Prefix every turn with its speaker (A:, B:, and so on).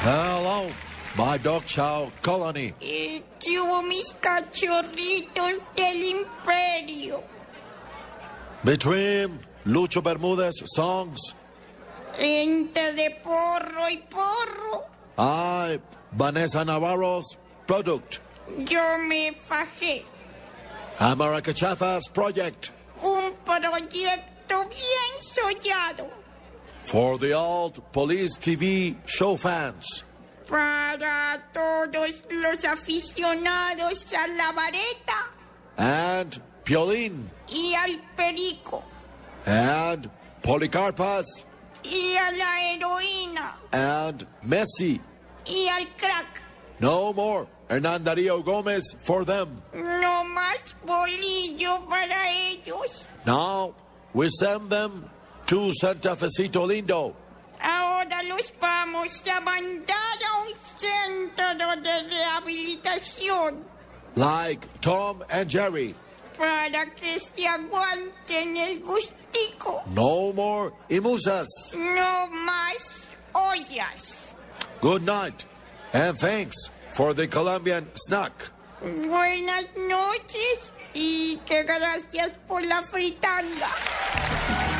A: Hello, my dog's our colony.
B: Eh, ¿Qué hubo mis cachorritos del imperio?
A: Between Lucho Bermudez songs,
B: Entre de porro y porro,
A: I, Vanessa Navarro's product,
B: yo me fajé.
A: America Chafa's project,
B: Un proyecto bien soñado
A: for the old police TV show fans.
B: para todos los aficionados a la vareta
A: and Piolin
B: y al perico
A: and Policarpas
B: y a la heroína
A: and Messi.
B: y al crack.
A: No more Hernan Darío Gomez for them.
B: No más bolillo para ellos.
A: Now we send them to Santa Fecito Lindo.
B: Ahora los vamos a mandar a un centro de rehabilitación
A: Like Tom and Jerry.
B: para que se aguanten el gustico.
A: No more Imusas.
B: No más ollas.
A: Good night. And thanks for the Colombian snack.
B: Buenas noches y que gracias por la fritanga.